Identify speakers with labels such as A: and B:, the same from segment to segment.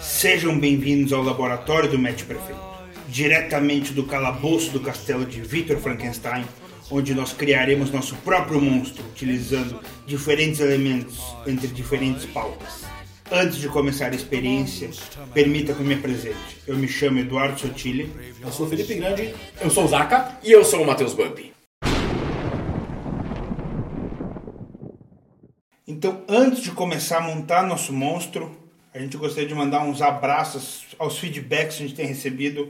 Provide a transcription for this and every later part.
A: Sejam bem-vindos ao laboratório do Match Perfeito, diretamente do calabouço do castelo de Victor Frankenstein, onde nós criaremos nosso próprio monstro, utilizando diferentes elementos entre diferentes pautas. Antes de começar a experiência, permita que eu me apresente. Eu me chamo Eduardo Sotile.
B: Eu sou o Felipe Grande, eu sou o Zaca.
C: E eu sou o Matheus Bump.
A: Então, antes de começar a montar nosso monstro, a gente gostaria de mandar uns abraços aos feedbacks que a gente tem recebido.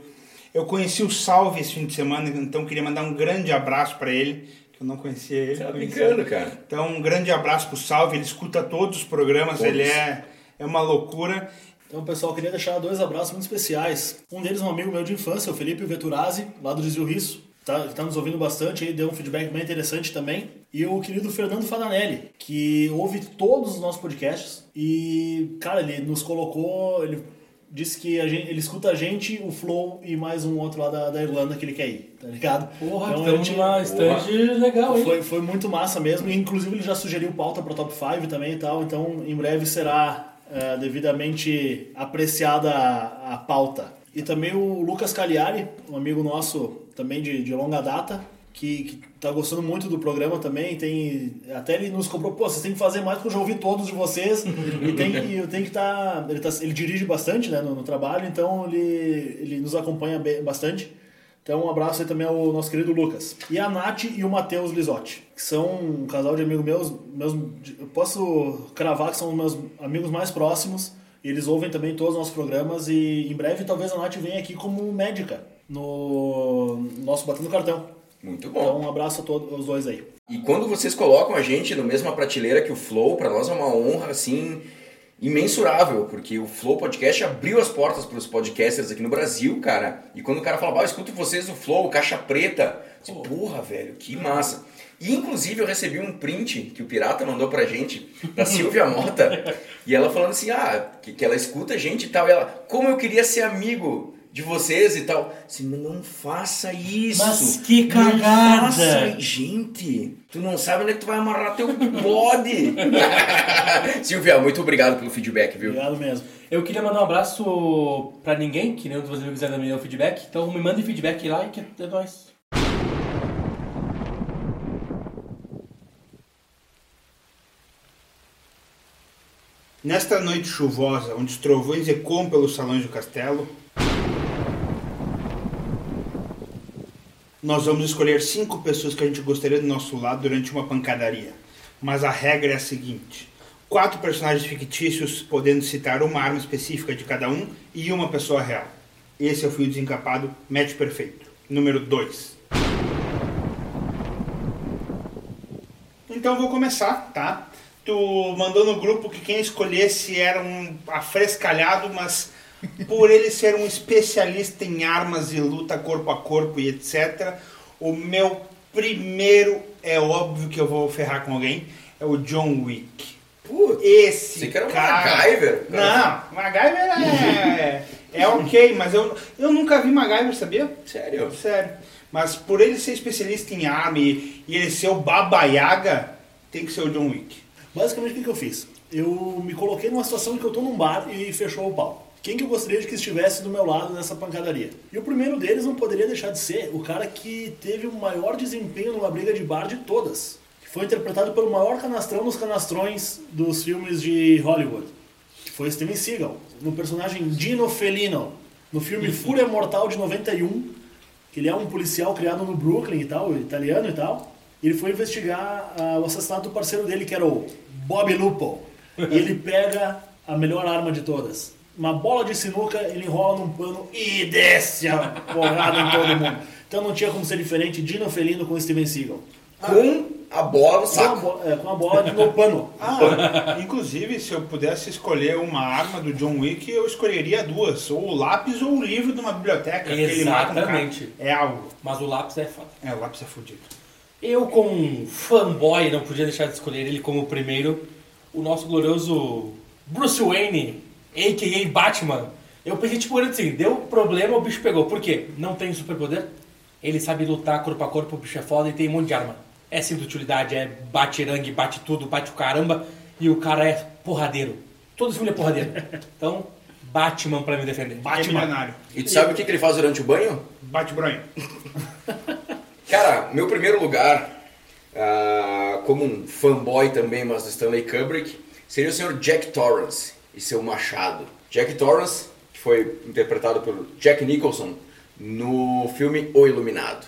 A: Eu conheci o Salve esse fim de semana, então queria mandar um grande abraço para ele, que eu não conhecia ele.
C: Tá
A: conheci
C: brincando,
A: ele.
C: cara.
A: Então, um grande abraço pro Salve, ele escuta todos os programas, ele é, é uma loucura.
B: Então, pessoal, eu queria deixar dois abraços muito especiais. Um deles, um amigo meu de infância, o Felipe Veturazzi, lá do Desvio Risso. Tá, que tá nos ouvindo bastante aí, deu um feedback bem interessante também. E o querido Fernando Fadanelli, que ouve todos os nossos podcasts. E, cara, ele nos colocou. Ele disse que a gente- ele escuta a gente, o Flow e mais um outro lá da, da Irlanda que ele quer ir, tá ligado?
D: Porra,
B: Então, a
D: um estamos
B: gente-
D: numa stand é legal, hein?
B: Foi, foi muito massa mesmo. e Inclusive, ele já sugeriu pauta para top 5 também e tal. Então, em breve será eh, devidamente apreciada a, a pauta. E também o Lucas Cagliari, um amigo nosso também de, de longa data, que, que tá gostando muito do programa também. Tem, até ele nos comprou, pô, vocês têm que fazer mais porque eu já ouvi todos de vocês. e tem que, eu tenho que estar. ele, tá- ele dirige bastante né, no, no trabalho, então ele, ele nos acompanha bem- bastante. Então, um abraço aí também ao nosso querido Lucas. E a Nath e o Matheus Lisotti, que são um casal de amigos meus, meus. de- Eu posso cravar que são os meus amigos mais próximos. E eles ouvem também todos os nossos programas. E em breve, talvez a Nath venha aqui como médica no nosso Batendo Cartão.
C: Muito bom.
B: Então, um abraço a todos os dois aí.
C: E quando vocês colocam a gente no mesma prateleira que o Flow, pra nós é uma honra assim imensurável, porque o Flow Podcast abriu as portas pros podcasters aqui no Brasil, cara. E quando o cara fala, "Bah, eu escuto vocês o Flow, Caixa Preta, eu disse, porra, velho, que massa. E inclusive eu recebi um print que o Pirata mandou pra gente, da Silvia Mota, e ela falando assim, ah, que, que ela escuta a gente e tal, e ela, como eu queria ser amigo de vocês e tal. Assim, não faça isso.
D: Mas que
C: Não
D: cagada.
C: faça Gente, tu não sabe onde é que tu vai amarrar teu bode. Silvia, muito obrigado pelo feedback, viu?
B: Obrigado mesmo.
D: Eu queria mandar um abraço pra ninguém, que nenhum de vocês quiser me dar um feedback. Então me mandem feedback lá e que é nóis.
A: Nesta noite chuvosa, onde os trovões ecoam pelos salões do castelo, nós vamos escolher cinco pessoas que a gente gostaria do nosso lado durante uma pancadaria. Mas a regra é a seguinte: quatro personagens fictícios, podendo citar uma arma específica de cada um e uma pessoa real. Esse é o fio desencapado, match perfeito. Número 2. Então eu vou começar, tá? Tu mandou no grupo que quem escolhesse era um afrescalhado, mas por ele ser um especialista em armas e luta corpo a corpo e etc, o meu primeiro é óbvio que eu vou ferrar com alguém, é o John Wick.
C: Putz,
A: Esse
C: Você que era um
A: cara...
C: MacGyver?
A: Não, MacGyver é... é ok, mas eu, eu nunca vi MacGyver, sabia?
C: Sério?
A: Sério. Mas por ele ser especialista em arma e, e ele ser o babaiaga, tem que ser o John Wick.
B: Basicamente, o que, que eu fiz? Eu me coloquei numa situação em que eu tô num bar e fechou o pau. Quem que eu gostaria de que estivesse do meu lado nessa pancadaria? E o primeiro deles não poderia deixar de ser o cara que teve o maior desempenho numa briga de bar de todas. Que foi interpretado pelo maior canastrão dos canastrões dos filmes de Hollywood. Que foi Steven Seagal, no personagem Dino Felino. No filme Fúria Mortal de 91, que ele é um policial criado no Brooklyn e tal, italiano e tal. E ele foi investigar ah, o assassinato do parceiro dele, que era o Bob Lupo. E ele pega a melhor arma de todas. Uma bola de sinuca, ele enrola num pano e desce a porrada em todo mundo. Então não tinha como ser diferente Dino Felino com Steven Seagal.
C: Com a bola no
B: Com a,
C: saco.
B: bo- é, com a bola de no pano.
A: Ah, inclusive, se eu pudesse escolher uma arma do John Wick, eu escolheria duas. Ou o lápis ou o livro de uma biblioteca. que ele mata um cara.
D: Exatamente.
A: É algo.
D: Mas o lápis é foda.
A: É, o lápis é fudido.
D: Eu, como um fanboy, não podia deixar de escolher ele como o primeiro. O nosso glorioso Bruce Wayne, a.k.a. Batman. Eu pensei, tipo, assim, deu problema, o bicho pegou. Por quê? Não tem superpoder. Ele sabe lutar corpo a corpo, o bicho é foda e tem um monte de arma. É sim de utilidade, é bate-rangue, bate tudo, bate o caramba. E o cara é porradeiro. Todo filme é porradeiro. Então, Batman pra me defender.
A: Bate É milionário.
C: E tu sabe o que, que ele faz durante o banho?
A: Bate bronha.
C: Cara, meu primeiro lugar, ah, como um fanboy também, mas do Stanley Kubrick, seria o senhor Jack Torrance e seu machado. Jack Torrance, que foi interpretado pelo Jack Nicholson no filme O Iluminado.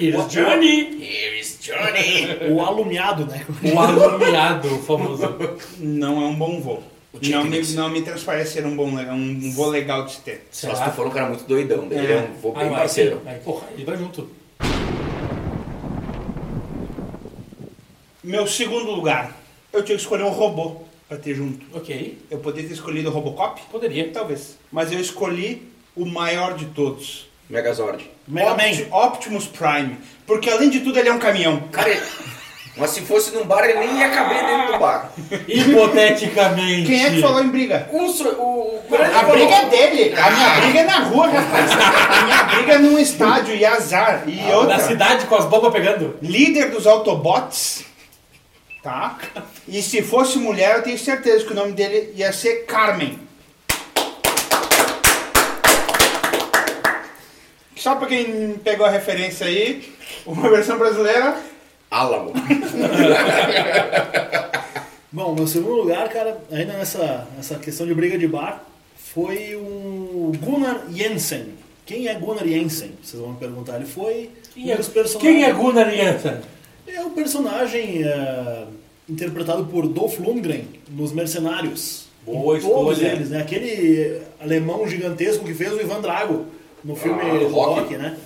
D: Here's Johnny!
C: Here is Johnny!
B: O alumiado, né?
D: O alumiado famoso.
A: Não é um bom voo.
C: Jack
A: Não me,
C: Nicholson.
A: não me transparece ser um bom le- um voo legal de se ter.
C: Só se tu for um cara muito doidão, daí
A: É.
C: ele é um voo
D: Ah,
C: bem
D: vai,
C: parceiro.
D: sim. Vai, porra, ele vai junto.
A: Meu segundo lugar, eu tinha que escolher um robô pra ter junto.
D: Ok,
A: Eu poderia ter escolhido o Robocop?
D: poderia.
A: Talvez. Mas eu escolhi o maior de todos.
C: Megazord.
B: Mega
A: Opt-
B: Man.
A: Optimus Prime. Porque além de tudo ele é um caminhão.
C: Cara, ele- mas se fosse num bar, ele nem ia caber dentro do bar.
D: Hipoteticamente.
A: Quem é que falou em briga?
C: O, so- o, o
A: A briga é dele. A minha briga é na rua, rapaz. A minha briga é num estádio e azar. E
D: Na
A: outra.
D: cidade com as bombas pegando.
A: Líder dos Autobots. Tá? E se fosse mulher, eu tenho certeza que o nome dele ia ser Carmen. Só pra quem pegou a referência aí, uma versão brasileira.
C: Álamo.
B: Bom, meu segundo lugar, cara, ainda nessa, nessa questão de briga de bar, foi o Gunnar Jensen. Quem é Gunnar Jensen? Vocês vão me perguntar. Ele foi um dos personagens...
D: quem é Gunnar Jensen?
B: É um personagem é, interpretado por Dolph Lundgren nos Mercenários.
D: Boa
B: Em todos
D: escolha.
B: eles, né? Aquele alemão gigantesco que fez o Ivan Drago no filme
C: Ah,
B: do
C: Rock.
B: Rock. né?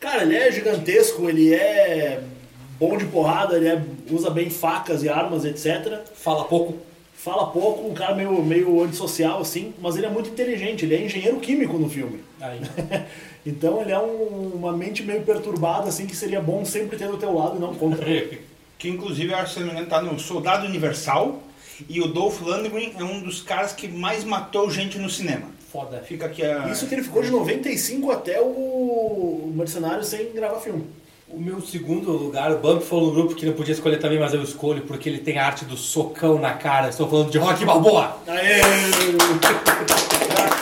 B: Cara, ele é gigantesco, ele é bom de porrada, ele é- usa bem facas e armas, etc.
D: Fala pouco.
B: Fala pouco, um cara meio, meio antissocial, assim, mas ele é muito inteligente, ele é engenheiro químico no filme.
D: Aí.
B: então ele é um- uma mente meio perturbada, assim, que seria bom sempre ter do teu lado e não contra.
A: Que inclusive, eu acho que se não me engano, tá no Soldado Universal. E o Dolph Lundgren é um dos caras que mais matou gente no cinema.
D: Foda.
A: Fica aqui a.
B: Isso que ele ficou de 95 até o Mercenário sem gravar filme.
D: O meu segundo lugar, o Bump falou no grupo que não podia escolher também, mas eu escolho porque ele tem a arte do socão na cara. Estou falando de Rock Balboa.
B: Aê!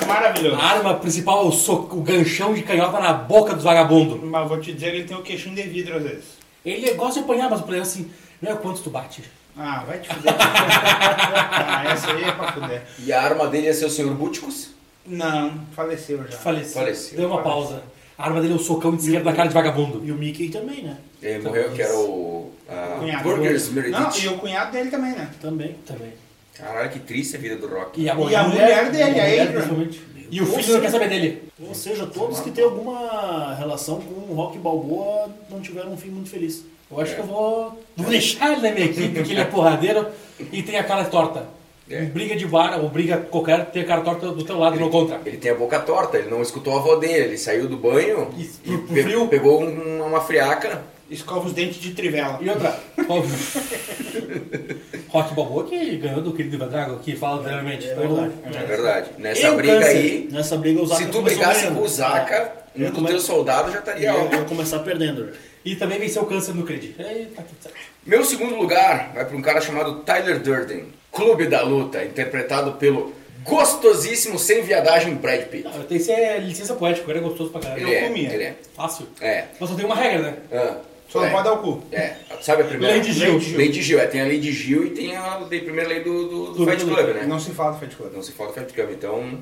A: Maravilhoso.
D: A arma principal é o, soco, o ganchão de canhota na boca dos vagabundos.
A: Mas vou te dizer que ele tem o queixinho de vidro às vezes.
D: Ele gosta de apanhar, mas o problema é assim, não é quantos tu bate.
A: Ah, vai te fuder. ah, essa aí é pra fuder.
C: E a arma dele ia ser o senhor Búticos?
A: Não, faleceu já.
D: Faleceu.
C: Faleceu.
D: Deu uma pausa. A arma dele é o socão de esquerda na cara de vagabundo.
B: E o Mickey também, né?
C: Ele morreu, que era o. ah,
A: Cunhado.
C: Burger
A: Não, e
C: Smirditch.
A: o cunhado dele também, né?
B: Também.
D: Também.
C: Caralho, que triste a vida do Rock.
D: E a mulher,
A: mulher dele, é né? a Adrian.
D: principalmente. E o filho
B: Nossa.
D: não quer saber dele.
B: Ou seja, todos que têm alguma relação com o Rock Balboa não tiveram um fim muito feliz.
D: Eu acho que eu vou, vou deixar ele na minha equipe, porque ele é porradeiro e tem a cara torta.
C: É.
D: Em Briga de bar ou briga qualquer, tem a cara torta do teu lado, não contra.
C: Ele tem a boca torta, ele não escutou a avó dele, ele saiu do banho
D: E
C: e
D: pro- pro
C: pe-
D: frio.
C: pegou um- uma friaca.
A: Escova os dentes de trivela.
D: E outra, Rock Balboa que ganhou do querido Ivan Drago, que fala anteriormente.
B: É
D: Então,
B: verdade.
C: É verdade. Nessa
D: Eu
C: briga
D: câncer.
C: aí,
B: Nessa briga o Zaka
C: se tu
B: começou
C: brigasse
B: ganhando.
C: com o Zaka,
B: É.
C: um
B: Eu
C: dos teus soldados já estaria.
B: Eu ia começar perdendo.
D: E também venceu o câncer no Creed. Aí tá tudo certo.
C: Meu segundo lugar vai para um cara chamado Tyler Durden, Clube da Luta, interpretado pelo gostosíssimo sem viadagem Brad Pitt.
D: Não, eu tenho que ser licença poética, ele é gostoso pra caralho.
C: Ele é,
A: comia.
C: ele é.
D: Fácil.
C: É.
D: Mas só tem uma regra, né?
C: Ah,
A: Só não
C: é.
A: pode dar o cu.
C: É, sabe a primeira?
D: Lei de Gil.
C: Lei de Gil. Lei de Gil, é, tem a Lei de Gil e tem a, lei- primeira lei do, do,
D: Do-
C: do Fight
D: do-
C: Club, né?
A: Não se fala do Fight Club.
C: Não se foca no Fight Club, então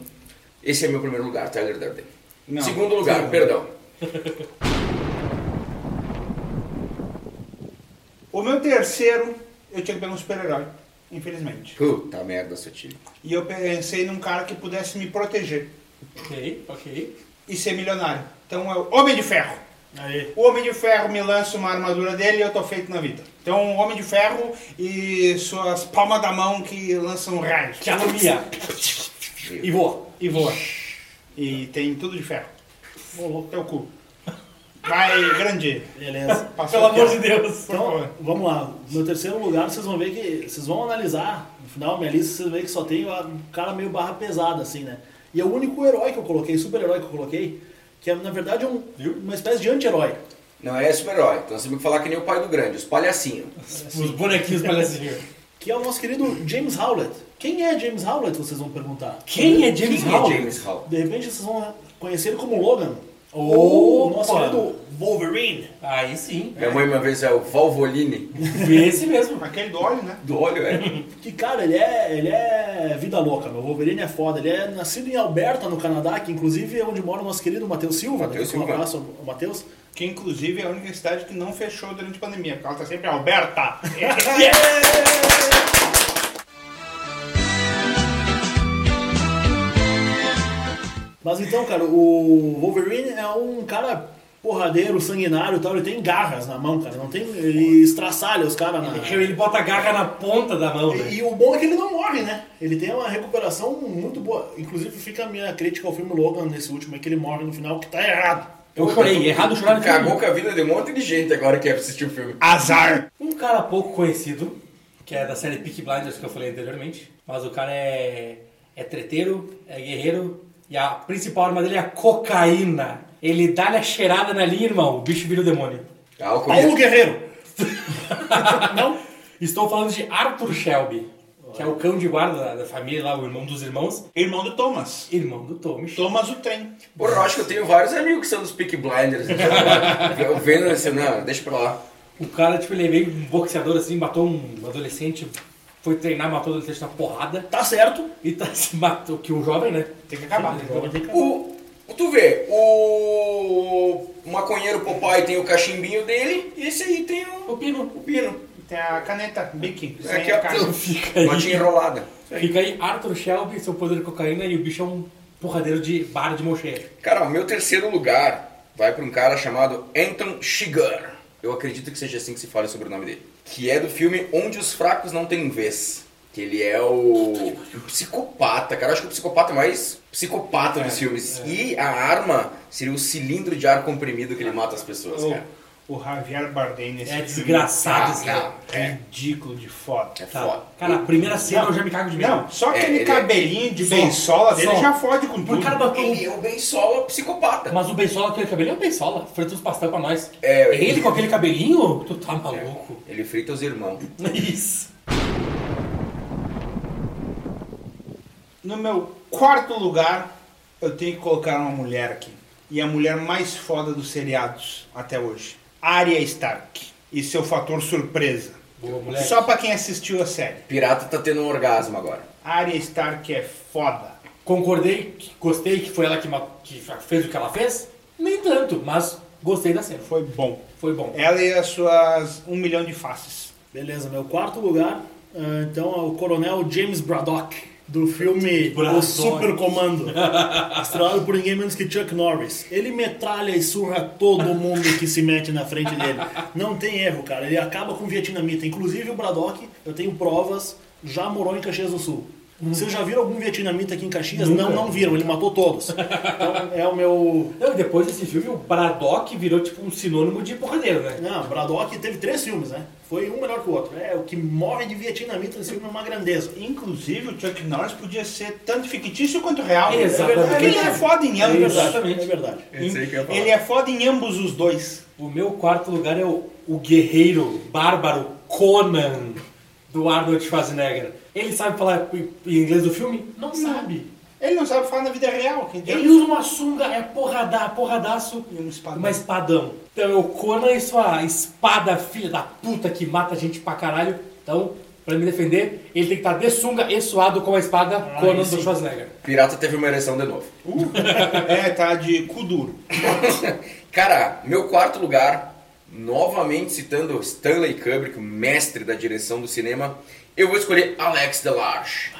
C: esse é meu primeiro lugar, Tyler Durden.
A: Não.
C: Segundo lugar, perdão.
A: O meu terceiro, eu tinha que pegar um super-herói, infelizmente.
C: Puta merda, seu time.
A: E eu pensei num cara que pudesse me proteger
D: Ok, ok.
A: e ser milionário. Então é o Homem de Ferro.
B: Aê.
A: O Homem de Ferro me lança uma armadura dele e eu tô feito na vida. Então, o Homem de Ferro e suas palmas da mão que lançam raios.
D: Que alumia. E voa.
A: E voa. E tem tudo de ferro.
B: Ô,
A: Teu cu. Vai, grande.
B: Beleza.
A: Passou
D: Pelo
A: aqui,
D: amor
A: ó.
D: de Deus.
A: Por favor.
B: Então, vamos lá. No terceiro lugar, vocês vão ver que. Vocês vão analisar. No final, minha lista, vocês vão ver que só tem um cara meio barra pesada, assim, né? E é o único herói que eu coloquei, super-herói que eu coloquei, que é, na verdade, um, uma espécie de anti-herói.
C: Não é super-herói, então você tem que falar que nem o pai do grande, os palhacinhos.
D: Os bonequinhos palhacinhos.
B: que é o nosso querido James Howlett. Quem é James Howlett, vocês vão perguntar.
D: Quem é James
C: Quem é
D: Howlett?
C: James Hall?
B: De repente vocês vão conhecer como Logan.
D: Opa!
B: O nosso querido Wolverine.
D: Aí sim.
C: Minha mãe uma vez é o Valvoline.
D: Esse mesmo.
A: Aquele do óleo, né?
C: Do óleo, é.
B: Que, cara, ele é, ele é vida louca, meu. O Wolverine é foda. Ele é nascido em Alberta, no Canadá, que inclusive é onde mora o nosso querido Matheus Silva.
C: Matheus
B: Um
C: Silva.
B: abraço ao Matheus.
A: Que inclusive é a única cidade que não fechou durante a pandemia, porque ela tá sempre É Alberta.
B: Mas então, cara, o Wolverine é um cara porradeiro, sanguinário e tal. Ele tem garras na mão, cara. Não tem, ele estraçalha os caras na...
D: Ele bota a garra na ponta da mão, né?
B: E, e o bom é que ele não morre, né? Ele tem uma recuperação muito boa. Inclusive, fica a minha crítica ao filme Logan nesse último, é que ele morre no final, que tá errado.
D: Eu chorei, errado chorar no filme.
C: Cagou com a vida de um monte de gente agora que assistiu o filme.
A: Azar.
D: Um cara pouco conhecido, que é da série Peak Blinders que eu falei anteriormente, mas o cara é, é treteiro, é guerreiro, e a principal arma dele é a cocaína. Ele dá-lhe a cheirada na linha, irmão, o bicho vira o demônio.
C: Álcool.
B: Paulo Guerreiro!
D: Não, estou falando de Arthur Shelby, que é o cão de guarda da, da família lá, o irmão dos irmãos,
A: Irmão do Thomas.
D: irmão do Tommy.
A: Thomas o trem.
C: Porra, eu acho que eu tenho vários amigos que são dos Peak Blinders. então, Eu vendo assim, não, deixa pra lá.
D: O cara, tipo, ele é meio um boxeador assim, matou um adolescente, foi treinar, matou o adolescente na porrada,
B: Tá certo.
D: e tá, se matou, que um jovem, né?
A: Tem que acabar.
C: O, tu vê, o maconheiro Popeye tem o cachimbinho dele e esse aí tem o,
D: O um Pino.
C: o pino.
A: Tem a caneta Bic. sem
C: Aqui,
A: a caixa.
C: ó,
D: Fica aí.
C: botinha enrolada.
D: Fica aí Arthur Shelby, seu poder de cocaína, e o bicho é um porradeiro de bar de mocheira.
C: Cara, o meu terceiro lugar vai pra um cara chamado Anton Chigurh. Eu acredito que seja assim que se fala sobre o nome dele. Que é do filme Onde os Fracos Não Têm Vez. Que ele é o o psicopata, cara. Eu acho que o psicopata é mais psicopata dos filmes. E a arma seria o cilindro de ar comprimido que ele mata as pessoas, cara.
A: O, o Javier Bardem nesse
D: É
A: filme.
D: desgraçado,
C: Ah,
D: esse
C: não.
D: cara.
A: É ridículo de foda.
C: É
D: tá.
C: foda.
D: Cara, a primeira cena
A: Não.
D: eu já me cago de medo.
A: Não, só
C: É,
A: aquele
C: ele-
A: cabelinho de
D: Só,
A: bensola dele
D: só.
A: já fode com tudo.
D: Por cara, mas,
C: Ele é o bem solo psicopata.
D: mas o Bensola, aquele cabelinho é o Bensola. Frita os pastel pra nós.
C: É, eu-
D: ele com aquele cabelinho? Tu tá maluco?
C: Ele frita os irmãos.
D: Isso.
A: No meu quarto lugar, eu tenho que colocar uma mulher aqui. E a mulher mais foda dos seriados até hoje. Arya Stark. E seu fator surpresa.
D: Boa, moleque.
A: Só pra quem assistiu a série.
C: Pirata tá tendo um orgasmo agora.
A: Arya Stark é foda.
D: Concordei, que- gostei que foi ela que, ma- que fez o que ela fez? Nem tanto, mas gostei da cena. Foi,
A: Foi bom.
D: foi bom.
A: Ela e as suas um milhão de faces.
B: Beleza, meu quarto lugar, ah, então, é o Coronel James Braddock, do filme O
D: Braddock.
B: Super Comando, estrelado por ninguém menos que Chuck Norris. Ele metralha e surra todo mundo que se mete na frente dele. Não tem erro, cara. Ele acaba com vietnamita. Inclusive, o Braddock, eu tenho provas, já morou em Caxias do Sul. Vocês já viram algum vietnamita aqui em Caxias? Não, não viram. Ele matou todos. Então, é o meu...
D: Não, e depois desse filme, o Braddock virou tipo um sinônimo de porradeiro, né?
B: Não, Braddock teve três filmes, né? Foi um melhor que o outro. É, o que morre de vietnamita nesse filme é uma grandeza.
A: Inclusive, o Chuck Norris podia ser tanto fictício quanto real.
D: Exatamente.
A: Porque ele é foda em ambos.
D: É verdade.
B: É verdade.
C: Eu sei o que eu ia falar.
A: Ele é foda em ambos os dois.
D: O meu quarto lugar é o, o guerreiro bárbaro Conan do Arnold Schwarzenegger. Ele sabe falar em inglês do filme? Não sabe.
A: Ele não sabe falar na vida real. Quem
D: Ele usa uma sunga, é porrada, porradaço
A: E um espadão.
D: Uma espadão. Então é o Conan e sua espada filha da puta que mata gente pra caralho. Então, pra me defender, ele tem que estar de sunga e suado com a espada Conan do Schwarzenegger.
C: Pirata teve uma ereção de novo.
A: Uh, é, tá de cu duro.
C: Cara, meu quarto lugar, novamente citando o Stanley Kubrick, o mestre da direção do cinema, eu vou escolher Alex Delarge,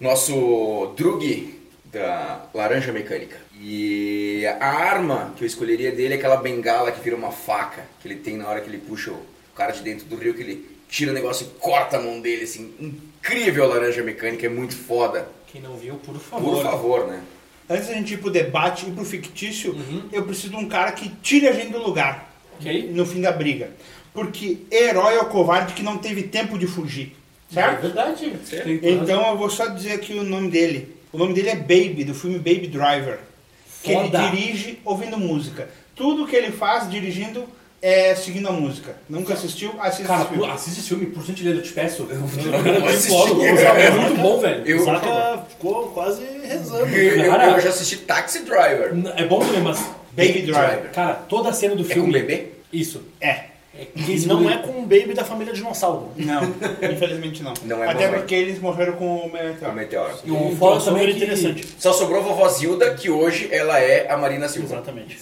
C: nosso drug da Laranja Mecânica. E a arma que eu escolheria dele é aquela bengala que vira uma faca, que ele tem na hora que ele puxa o cara de dentro do rio, que ele tira o negócio e corta a mão dele, assim, incrível a Laranja Mecânica, é muito foda.
D: Quem não viu, por favor.
C: Por favor, né?
A: Antes da gente ir pro debate e pro fictício, eu preciso de um cara que tire a gente do lugar
D: Uhum. Ok?
A: no fim da briga. Porque herói é o covarde que não teve tempo de fugir.
D: É
A: Certo?
D: verdade. Tem razão.
A: Então eu vou só dizer aqui o nome dele. O nome dele é Baby, do filme Baby Driver. Que ele
D: Foda.
A: dirige ouvindo música. Tudo que ele faz dirigindo é Seguindo a Música. Nunca assistiu? Assista
D: Cara,
A: esse filme.
D: pô, assiste esse filme, por gentileza, eu te peço. Eu
C: vou assistir.
D: logo, é muito bom, velho.
C: Eu,
B: Zaca ficou quase rezando.
C: eu, eu-
D: Cara.
C: eu já assisti Taxi Driver.
D: É bom também, mas.
A: Baby Driver.
D: Cara, toda a cena do
C: É
D: filme.
C: com bebê?
D: Isso.
A: É.
D: É
B: E
D: 15
B: não é
D: minutos.
B: com o baby da família dinossauro.
A: Não, infelizmente não.
C: Não é
A: Até
C: bom,
A: porque eles morreram com o
C: É um
A: meteoro.
C: meteoro.
D: E o
B: Um
D: foda
B: crossover
D: também é que-
B: interessante.
C: Só sobrou a vovó Zilda, que hoje ela é a Marina Silva.
B: Exatamente.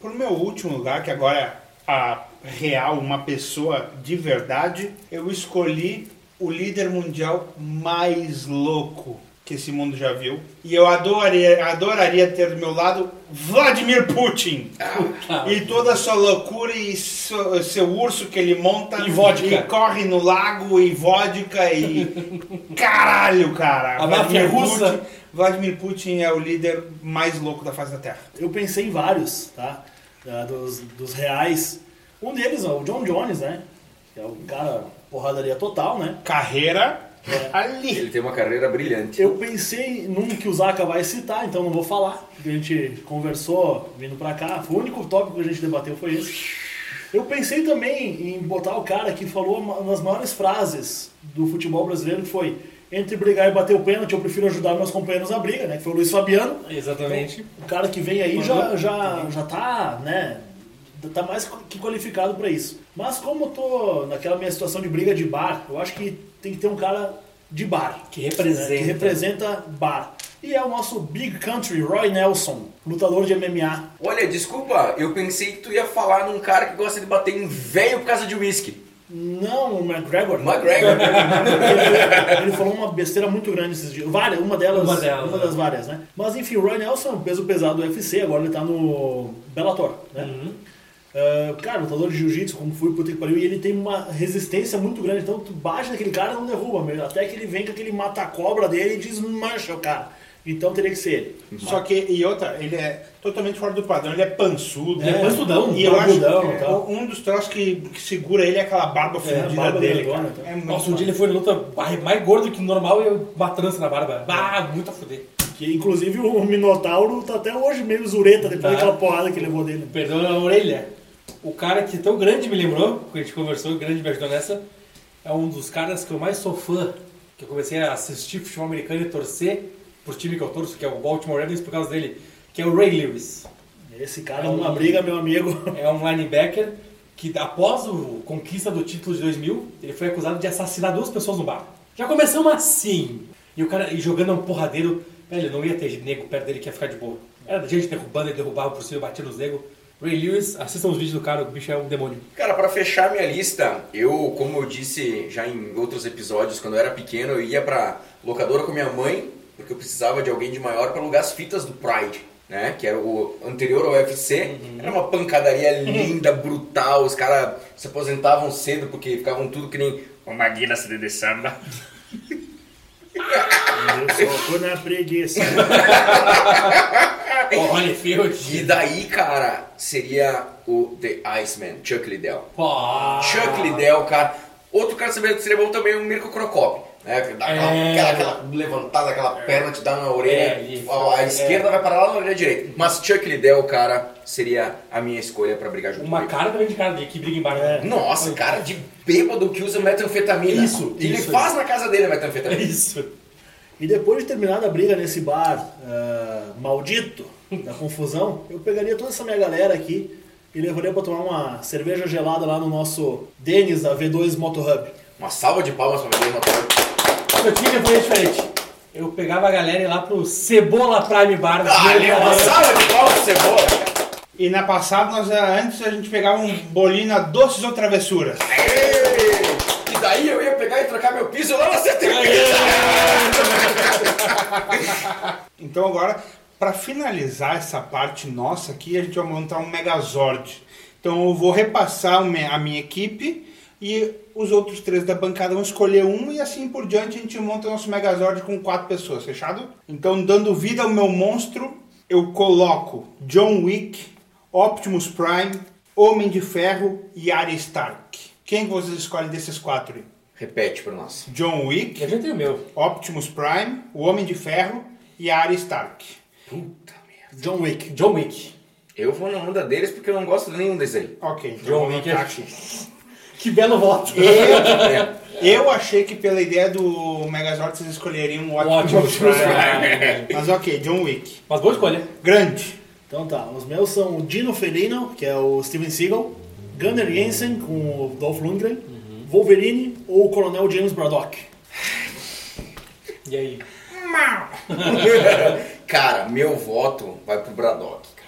A: Pro meu último lugar, que agora é a real, uma pessoa de verdade, eu escolhi o líder mundial mais louco que esse mundo já viu. E eu adoraria, adoraria ter do meu lado Vladimir Putin.
D: Ah,
A: E toda a sua loucura e seu, seu urso que ele monta
D: E vodka.
A: e corre no lago e vodka e. Caralho, cara!
D: A máfia russa.
A: Putin, Vladimir Putin é o líder mais louco da face da Terra.
B: Eu pensei em vários, tá? Ah, Dos, dos reais. Um deles, ó, o John Jones, né? Que é o cara porradaria total, né?
A: Carreira
D: É.
A: ali.
C: Ele tem uma carreira brilhante.
B: Eu pensei num que o Zaka vai citar, então não vou falar, porque a gente conversou vindo pra cá. Foi o único tópico que a gente debateu foi esse. Eu pensei também em botar o cara que falou uma uma das maiores frases do futebol brasileiro, que foi entre brigar e bater o pênalti, eu prefiro ajudar meus companheiros na briga, né? Que foi o Luiz Fabiano.
D: Exatamente.
B: O cara que vem aí já, já, já tá, né? Tá mais que qualificado pra isso. Mas como eu tô naquela minha situação de briga de bar, eu acho que tem que ter um cara de bar.
D: Que representa.
B: né, Que representa bar. E é o nosso Big Country, Roy Nelson, lutador de MMA.
C: Olha, desculpa, eu pensei que tu ia falar num cara que gosta de bater em velho por causa de uísque.
B: Não, o McGregor.
C: McGregor.
B: ele, ele falou uma besteira muito grande esses dias. Várias, uma delas.
D: Uma delas,
B: uma
D: né?
B: das várias, né? Mas enfim, o Roy Nelson é um peso pesado do UFC, agora ele tá no Bellator, né?
D: Uhum.
B: Ah, cara, lutador de jiu-jitsu, como fui, puta que pariu, e ele tem uma resistência muito grande, então tu bate naquele cara e não derruba, meu. Até que ele vem com aquele mata-cobra dele e desmancha o cara. Então teria que ser ele.
A: Só que, e outra, ele é totalmente fora do padrão, ele é pançudo.
D: Ele é pansudão,
A: E eu acho
B: barbudão
A: que
B: e tal.
A: um dos troços que, que segura ele é aquela barba
B: a
A: fundida
B: barba
A: dele.
B: grandona,
A: cara.
B: então.
A: É muito
D: Nossa, um dia
A: foda.
D: ele foi na luta mais- mais gordo que normal e eu- uma trança na barba. Ah, muito a fuder.
B: Que, inclusive o Minotauro tá até hoje meio zureta depois
D: Tá.
B: daquela porrada que ele levou dele.
D: Perdão na orelha. O cara que é tão grande me lembrou, que a gente conversou, o grande me ajudou nessa, é um dos caras que eu mais sou fã, que eu comecei a assistir futebol americano e torcer por time que eu torço, que é o Baltimore Ravens, por causa dele, que é o Ray Lewis.
B: Esse cara
D: É
B: numa
D: um-
B: briga, meu amigo.
D: É um linebacker que, após o conquista do título de 2000, ele foi acusado de assassinar duas pessoas no bar. Já começamos assim. E o cara e jogando um porradeiro. Velho, não ia ter nego perto dele que ia ficar de boa. Era gente derrubando, ele derrubava por cima, batia nos nego. Ray Lewis, assistam os vídeos do cara, o bicho é um demônio.
C: Cara, pra fechar minha lista, eu, como eu disse já em outros episódios, quando eu era pequeno, eu ia pra locadora com minha mãe, porque eu precisava de alguém de maior pra alugar as fitas do Pride, né? Que era o anterior ao UFC.
B: Uhum.
C: Era uma pancadaria linda, brutal. Os caras se aposentavam cedo porque ficavam tudo que nem uma guina se dedessando.
B: Eu só tô na preguiça.
D: Ó, Olha, feio
C: E
D: aqui.
C: daí, cara, seria o The Iceman, Chuck Liddell.
D: Pô.
C: Chuck Liddell, cara. Outro cara que seria bom também é o Mirko Crocop. Né? Que dá aquela,
D: É.
C: aquela, aquela levantada, aquela perna te dá na
D: É,
C: orelha.
D: isso.
C: a a
D: É.
C: esquerda vai parar lá na orelha direita. Mas Chuck Liddell, cara, seria a minha escolha pra brigar junto
D: Uma
C: comigo.
D: cara também de cara de que briga embaixo.
C: Nossa, cara de bêbado que usa metanfetamina.
D: Isso,
C: Ele
D: isso,
C: faz na casa dele a
D: É
C: metanfetamina.
D: isso.
B: E depois de terminada a briga nesse bar ah, maldito, da confusão, eu pegaria toda essa minha galera aqui e levaria pra tomar uma cerveja gelada lá no nosso Denis da V2 Motorhub.
C: Uma salva de palmas pra mim, Matheus.
D: Eu tinha que fazer diferente. Eu pegava a galera e ia lá pro Cebola Prime Bar.
C: Ali, uma salva de palmas pra cebola.
A: E na passada, nós, ah, antes a gente pegava um bolina doces ou travessuras.
C: Ei! E daí eu ia pegar e trocar meu piso lá na CTP.
A: Então agora, para finalizar essa parte nossa aqui, a gente vai montar um Megazord. Então eu vou repassar o me- a minha equipe e os outros três da bancada vão escolher um e assim por diante a gente monta o nosso Megazord com quatro pessoas, fechado? Então dando vida ao meu monstro, eu coloco John Wick, Optimus Prime, Homem de Ferro e Arya Stark. Quem que vocês escolhem desses quatro? aí?
C: Repete pra nós.
A: John Wick,
D: Eu já tenho o meu.
A: Optimus Prime, o Homem de Ferro e a Arya Stark.
C: Puta merda.
B: John Wick.
D: John Wick.
C: Eu vou na onda deles porque eu não gosto de nenhum deles aí.
A: Ok, então
D: John
A: vou
D: Wick
A: anotar
D: é-
A: aqui.
B: Que belo voto.
A: Eu,
C: É.
A: eu achei que pela ideia do Megazord vocês escolheriam o Optimus,
D: Optimus Prime.
A: Prime. Mas ok, John Wick.
D: Mas boa escolha.
A: Grande.
B: Então tá, os meus são o Dino Felino, que é o Steven Seagal, Gunnar Jensen com o Dolph Lundgren, Wolverine ou o Coronel James Braddock.
D: E aí?
C: cara, meu voto vai pro Braddock, cara.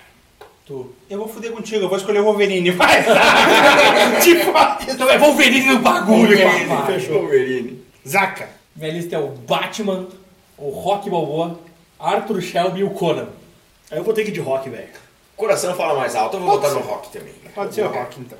D: Tu.
A: Eu vou fuder contigo, eu vou escolher o Wolverine. Vai, Te fode.
D: Então é Wolverine no bagulho,
A: Wolverine,
D: papai.
C: Wolverine.
A: Zaca.
D: Minha lista é o Batman, o Rock Balboa, Arthur Shelby e o Conan.
B: Aí eu vou ter que ir de rock, velho.
C: Coração fala mais alto, eu vou votar no Rock também.
A: Pode ser o Rock, então.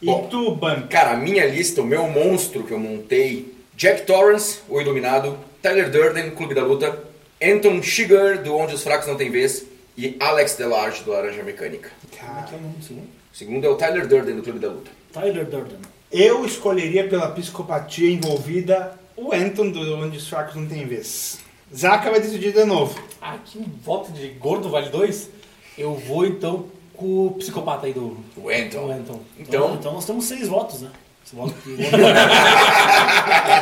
A: E
C: Bom.
A: tu, Banca?
C: Cara, a minha lista, o meu monstro que eu montei: Jack Torrance, o Iluminado, Tyler Durden, Clube da Luta, Anton Chigurh, do Onde os Fracos Não Têm Vez, e Alex Delarge, do Laranja Mecânica.
A: Cara,
C: é O segundo é o Tyler Durden, do Clube da Luta.
B: Tyler Durden.
A: eu escolheria pela psicopatia envolvida o Anton, do Onde os Fracos Não Tem Vez. Zaca vai decidir de novo.
D: Ah, que voto de gordo vale dois? Eu vou então com o psicopata aí do,
C: O
D: do
C: Anton.
D: Anton.
B: Então,
C: Então,
B: então nós temos seis votos, né? Esse voto aqui.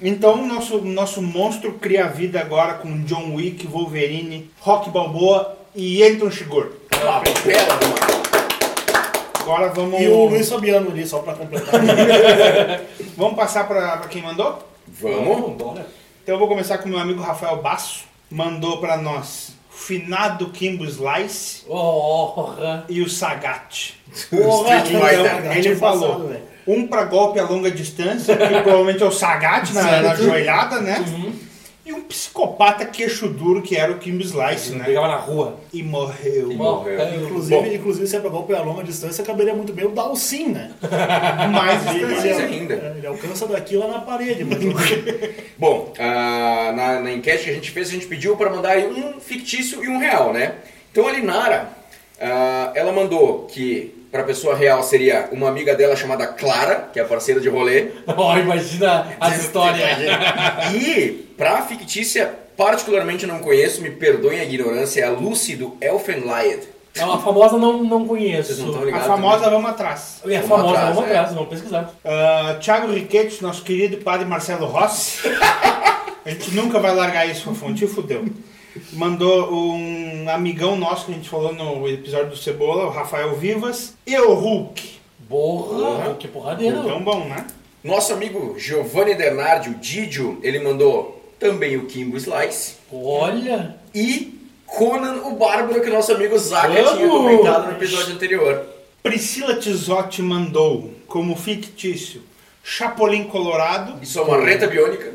A: Então, nosso, nosso monstro cria a vida agora com John Wick, Wolverine, Rock Balboa e Anton Chigurh.
C: uma bela de uma-
A: Agora vamos,
B: Tá e o Luiz Fabiano ali, só pra completar.
A: vamos passar para quem mandou?
C: Vamos?
D: Bora.
A: Então eu vou começar com meu amigo Rafael Basso. Mandou para nós Finado Kimbo Slice
D: Porra.
A: e o Sagat. é um
B: Porra,
C: Street Fighter.
B: então, cara,
A: Ele
B: tinha passado,
A: falou
B: velho.
A: um para golpe a longa distância, que provavelmente é o Sagat na, na joelhada, né? E um psicopata queixo duro que era o Kimbo Slice, né?
D: Pegava na rua.
A: E morreu.
C: morreu.
B: Inclusive,
C: Bom.
B: inclusive, se é pra golpe a longa distância, caberia muito bem o Dalsin, né?
A: Mais
C: Tá, Mais
A: especial.
C: ainda.
B: É, Ele alcança daqui lá na parede, mas
C: Bom, ah, na, na enquete que a gente fez, a gente pediu para mandar aí um fictício e um real, né? Então a Linara, ah, ela mandou que para pessoa real seria uma amiga dela chamada Clara, que é a parceira de rolê.
D: Ó, imagina as histórias.
C: E pra fictícia, particularmente eu não conheço, me perdoem a ignorância, é a Lucy do Elfenlied.
D: É uma famosa não, não conheço.
C: Vocês não estão
A: A
C: ligados?
A: famosa vamos atrás.
D: É
C: Vamos
D: famosa,
C: atrás,
D: vamos
C: né?
D: atrás, vamos pesquisar.
A: Ah, Thiago Riquetes, nosso querido padre Marcelo Rossi. A gente nunca vai largar isso, Fofão, te fudeu. Mandou um amigão nosso que a gente falou no episódio do Cebola, o Rafael Vivas, e o Hulk.
D: Porra, que porradeira.
A: Então bom, né?
C: Nosso amigo Giovanni Bernardi, o Didio, ele mandou também o Kimbo Slice
D: Olha.
C: e Conan o Bárbaro, que nosso amigo Zaka tinha
D: Vamos!
C: comentado no episódio anterior.
A: Priscila Tizotti mandou, como fictício, Chapolin Colorado
C: E sua marreta é biônica.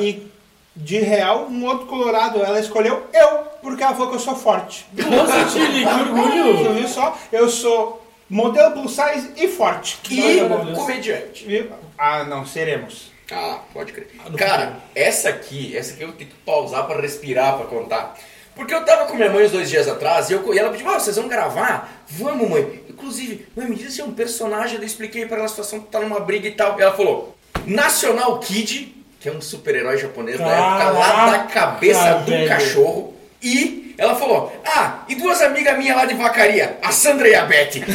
A: e, de real, um outro colorado. Ela escolheu eu, porque ela falou que eu sou forte.
D: Nossa, Tilly, que
A: Você
D: orgulho.
A: viu só? Eu sou modelo plus size e forte.
C: E
D: maravilhoso.
C: comediante.
A: Viu? Ah, não, seremos.
C: Ah, pode crer.
D: não
C: Cara, essa aqui, essa aqui eu tenho que pausar pra respirar, pra contar. Porque eu tava com minha mãe uns dois dias atrás e, eu, e ela pediu, ah, vocês vão gravar? Vamos, mãe. Inclusive, mãe, me diz se é um personagem, eu expliquei pra ela a situação que tá numa briga e tal. E ela falou, National Kid, que é um super-herói japonês da época, lá da
D: Caraca,
C: cabeça do
D: velho.
C: cachorro. E ela falou, ah, e duas amigas minhas lá de vacaria, a Sandra e a Beth.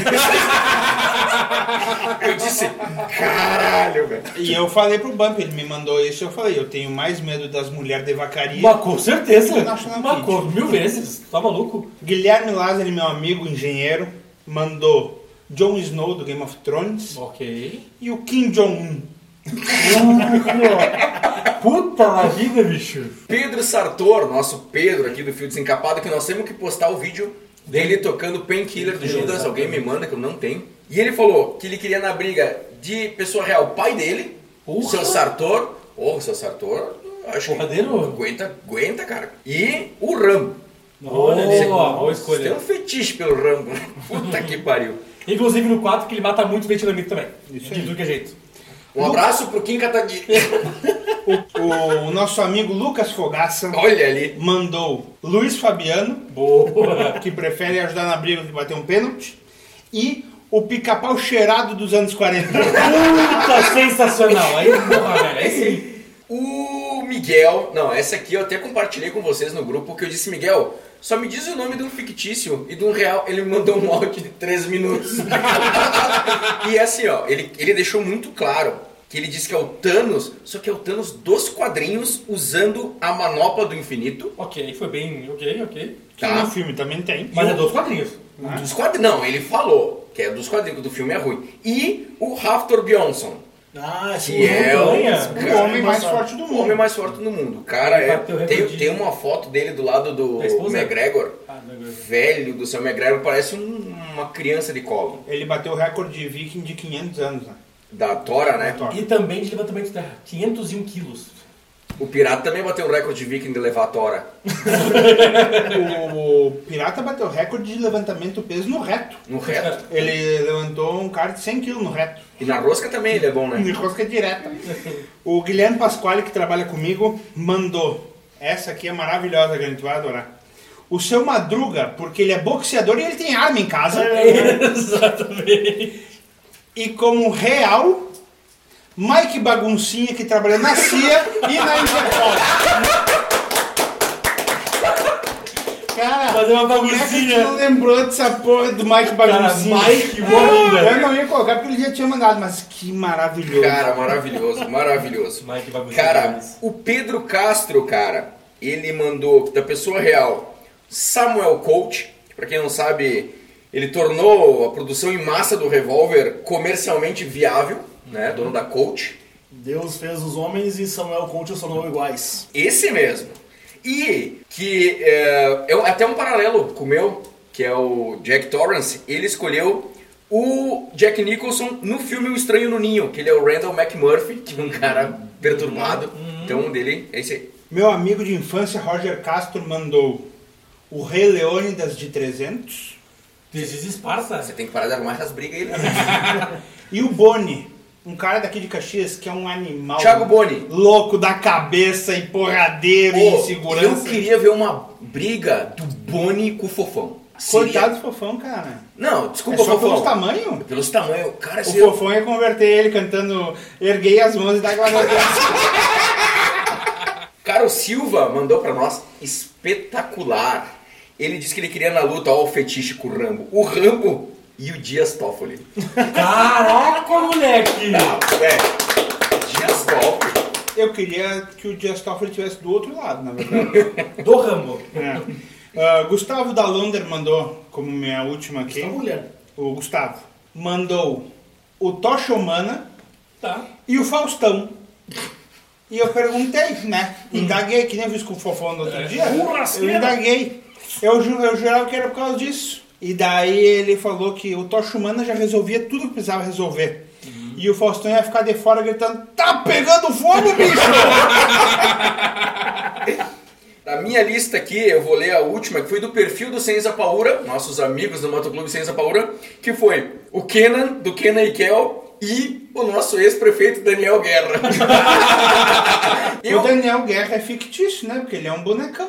C: eu disse, caralho, velho.
A: E eu falei pro Bump, ele me mandou isso, eu falei, eu tenho mais medo das mulheres de vacaria.
D: Mas com certeza.
A: Eu acho na
D: Mas com mil vezes. Tá maluco?
A: Guilherme Lázaro, meu amigo engenheiro, mandou Jon Snow do Game of Thrones
D: Ok.
A: e o Kim Jong-un.
D: Puta na vida, bicho.
C: Pedro Sartor, nosso Pedro aqui do Fio Desencapado, que nós temos que postar o vídeo dele tocando Painkiller do Judas.
D: Exatamente.
C: Alguém me manda que eu não tenho. E ele falou que ele queria na briga de pessoa real, pai dele, o
D: Porra.
C: seu Sartor. Ô, o seu Sartor, acho
D: Porradeiro.
C: que aguenta, aguenta, cara. E o Rambo.
D: Olha,
C: Você-
D: boa, boa
C: Você tem
D: escolha.
C: um fetiche pelo Rambo. né? Puta que pariu.
D: Inclusive no 4 que ele mata muito vietnamita também.
A: Isso
D: de
A: aí.
D: tudo que é jeito.
C: Um abraço pro Kim Kataguiri.
A: O, o nosso amigo Lucas Fogaça
C: Olha ali.
A: mandou Luiz Fabiano,
D: Boa.
A: que prefere ajudar na briga do que bater um pênalti, e o pica-pau cheirado dos anos 40.
D: Puta sensacional. Aí, porra, velho. Aí sim.
C: O Miguel. Não, essa aqui eu até compartilhei com vocês no grupo que eu disse, Miguel, só me diz o nome de um fictício e de um real. Ele me mandou um áudio de 3 minutos. e é assim, ó, ele, ele deixou muito claro que ele disse que é o Thanos, só que é o Thanos dos quadrinhos usando a manopla do infinito.
D: Ok, foi bem. Ok, ok.
A: Que
C: Tá.
A: no filme também tem.
D: Mas é dos quadrinhos.
A: Ah.
C: Dos quadrinhos. Não, ele falou que é dos quadrinhos, do filme é ruim. E o Raftor Bjornsson,
B: Ah, esse
C: que é
D: Não
C: o,
D: ganha.
A: o um homem mais forte do
C: o
A: mundo.
C: homem mais forte do mundo. O Cara,
D: Ele
C: é-
D: bateu
C: tem,
D: recorde.
C: tem uma foto dele do lado do
D: Da esposa?
C: McGregor.
D: Ah, não, não.
C: Velho do seu McGregor, parece um- uma criança de colo.
A: Ele bateu o recorde de viking de 500 anos, né?
C: Da Tora, né?
A: Thor.
D: E também de levantamento de terra. 501 quilos.
C: O pirata também bateu o recorde de viking de levar a Tora.
D: É.
A: O pirata bateu o recorde de levantamento do peso no reto.
C: No reto.
A: Ele levantou um cara de 100 kg no reto.
C: E na rosca também ele é bom,
A: Em
C: né?
A: rosca direta. O Guilherme Pasquale, que trabalha comigo, mandou. Essa aqui é maravilhosa, Grande, tu vai adorar. O seu Madruga, porque ele é boxeador e ele tem arma em casa.
D: É, Exatamente.
A: E como real, Mike Baguncinha, que trabalha na CIA e na Interpol. Cara,
D: Fazer uma
A: como é que
D: baguncinha.
A: tu não lembrou dessa porra do Mike
D: Cara,
A: Baguncinha?
D: Mike, bom,
A: Eu
D: velho.
A: não ia colocar porque ele já tinha mandado, mas que maravilhoso.
C: Cara, maravilhoso, maravilhoso.
D: Mike Baguncinha.
C: Cara, o Pedro Castro, cara, ele mandou da pessoa real Samuel Coach, que pra quem não sabe, ele tornou a produção em massa do revólver comercialmente viável, né? Dono da Coach.
B: Deus fez os homens e Samuel Conte os tornou iguais.
C: Esse mesmo. E que é, é um- até um paralelo com o meu, que é o Jack Torrance, ele escolheu o Jack Nicholson no filme O Estranho no Ninho, que ele é o Randall McMurphy, que é um cara perturbado. Então um dele é esse aí.
A: Meu amigo de infância, Roger Castro, mandou o Rei Leônidas de 300
D: Desde Esparta.
C: Você tem que parar de arrumar essas brigas aí, né?
A: e o Boni, um cara daqui de Caxias que é um animal.
C: Thiago Boni.
A: Louco da cabeça e porradeiro e
C: Pô, eu
A: insegurança.
C: queria ver uma briga do Boni com o Fofão. Seria-
A: Coitado do Fofão, cara. É
C: Não, desculpa,
A: só
C: Fofão.
A: pelos tamanho?
C: Pelos tamanhos. Cara,
A: O
C: esse...
A: Fofão ia converter ele cantando Erguei as mãos e dá guarda
C: Caro Silva mandou pra nós espetacular. Ele disse que ele queria na luta ó, o fetiche com o Rambo. O Rambo e o Dias Toffoli.
D: Caraca, moleque!
C: Ah, é. Dias Toffoli.
A: Eu queria que o Just Toffoli tivesse do outro lado, na verdade.
D: Do Rambo.
A: É. Ah, Gustavo Dalander mandou, como minha última aqui,
B: Então, mulher.
A: o Gustavo, mandou o Tocha Humana
D: Tá.
A: e o Faustão. E eu perguntei, né? Indaguei, que nem eu fiz com o Fofão no outro dia.
B: Churrasqueira.
A: Eu indaguei. Eu, ju- eu jurava que era por causa disso. E daí ele falou que o Tocha Humana já resolvia tudo que precisava resolver. E o Faustão ia ficar de fora gritando: Tá pegando fogo, bicho!
C: Na minha lista aqui, eu vou ler a última, que foi do perfil do Senza Paura, nossos amigos do Motoclube Senza Paura, que foi o Kenan, do Kenan e Kel, e o nosso ex-prefeito Daniel Guerra.
A: E o
C: eu,
A: Daniel Guerra é fictício, né? Porque ele é um bonecão.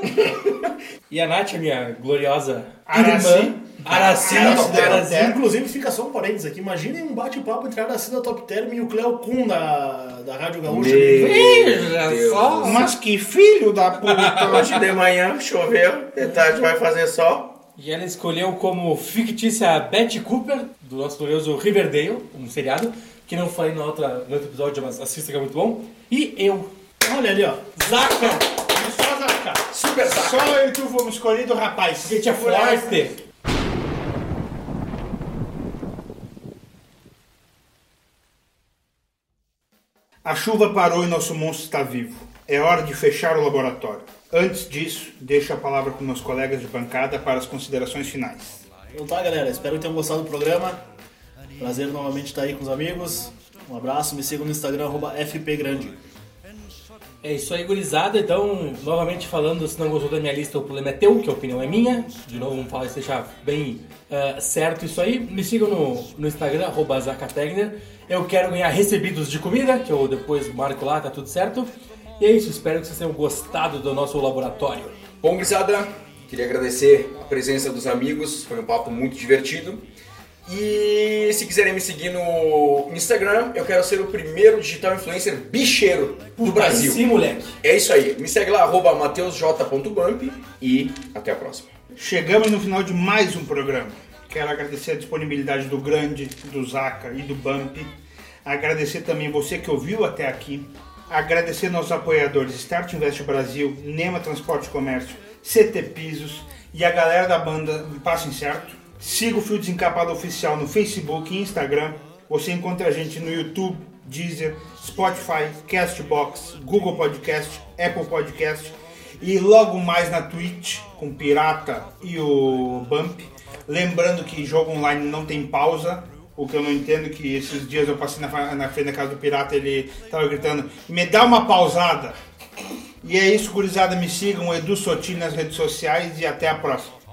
D: E a Nath, a minha gloriosa
A: Araci.
D: irmã. Araci da
A: Araci
D: Top
A: da
D: Terra.
A: Terra.
B: Inclusive, fica só um parênteses aqui. Imaginem um bate-papo entre a Aracida Top Term e o Cleo Kuhn da, da Rádio Gaúcha.
D: Veja
C: Deus
D: só.
A: Mas que filho da puta!
C: Hoje de manhã choveu, de tarde vai fazer sol.
D: E ela escolheu como fictícia a Betty Cooper, do nosso glorioso Riverdale, um seriado, que não falei na outra, no outro episódio, mas assista que é muito bom. E eu,
B: Olha ali, ó.
D: Zaca,
A: Só Zaca.
C: Super saco.
A: Só eu e tu fomos escolhido, rapaz.
D: que tinha forte.
A: A chuva parou e nosso monstro está vivo. É hora de fechar o laboratório. Antes disso, deixo a palavra com meus colegas de bancada para as considerações finais.
B: Então tá, galera. Espero que tenham gostado do programa. Prazer novamente estar aí com os amigos. Um abraço. Me sigam no Instagram, arroba FPGrande.
D: É isso aí, gurizada. Então, novamente falando, se não gostou da minha lista, o problema é teu, que a opinião é minha. De novo, vamos falar isso, deixar bem ah, certo isso aí. Me sigam no, no Instagram, arroba ZacaTegner. Eu quero ganhar recebidos de comida, que eu depois marco lá, tá tudo certo. E é isso, espero que vocês tenham gostado do nosso laboratório.
C: Bom, gurizada, queria agradecer a presença dos amigos, foi um papo muito divertido. E se quiserem me seguir no Instagram, eu quero ser o primeiro digital influencer bicheiro do Brasil.
D: Sim, moleque.
C: É isso aí. Me segue lá, arroba mateusj.bump e até a próxima.
A: Chegamos no final de mais um programa. Quero agradecer a disponibilidade do Grande, do Zaca e do Bump. Agradecer também você que ouviu até aqui. Agradecer nossos apoiadores Start Invest Brasil, Nema Transporte e Comércio, CT Pisos e a galera da banda do Passo Incerto. Siga o Fio Desencapado Oficial no Facebook e Instagram. Você encontra a gente no YouTube, Deezer, Spotify, Castbox, Google Podcast, Apple Podcast e logo mais na Twitch com o Pirata e o Bump. Lembrando que jogo online não tem pausa, o que eu não entendo é que esses dias eu passei na, fa- na frente da casa do Pirata ele tava gritando, me dá uma pausada. E é isso, gurizada, me sigam, Edu Sotil nas redes sociais e até a próxima.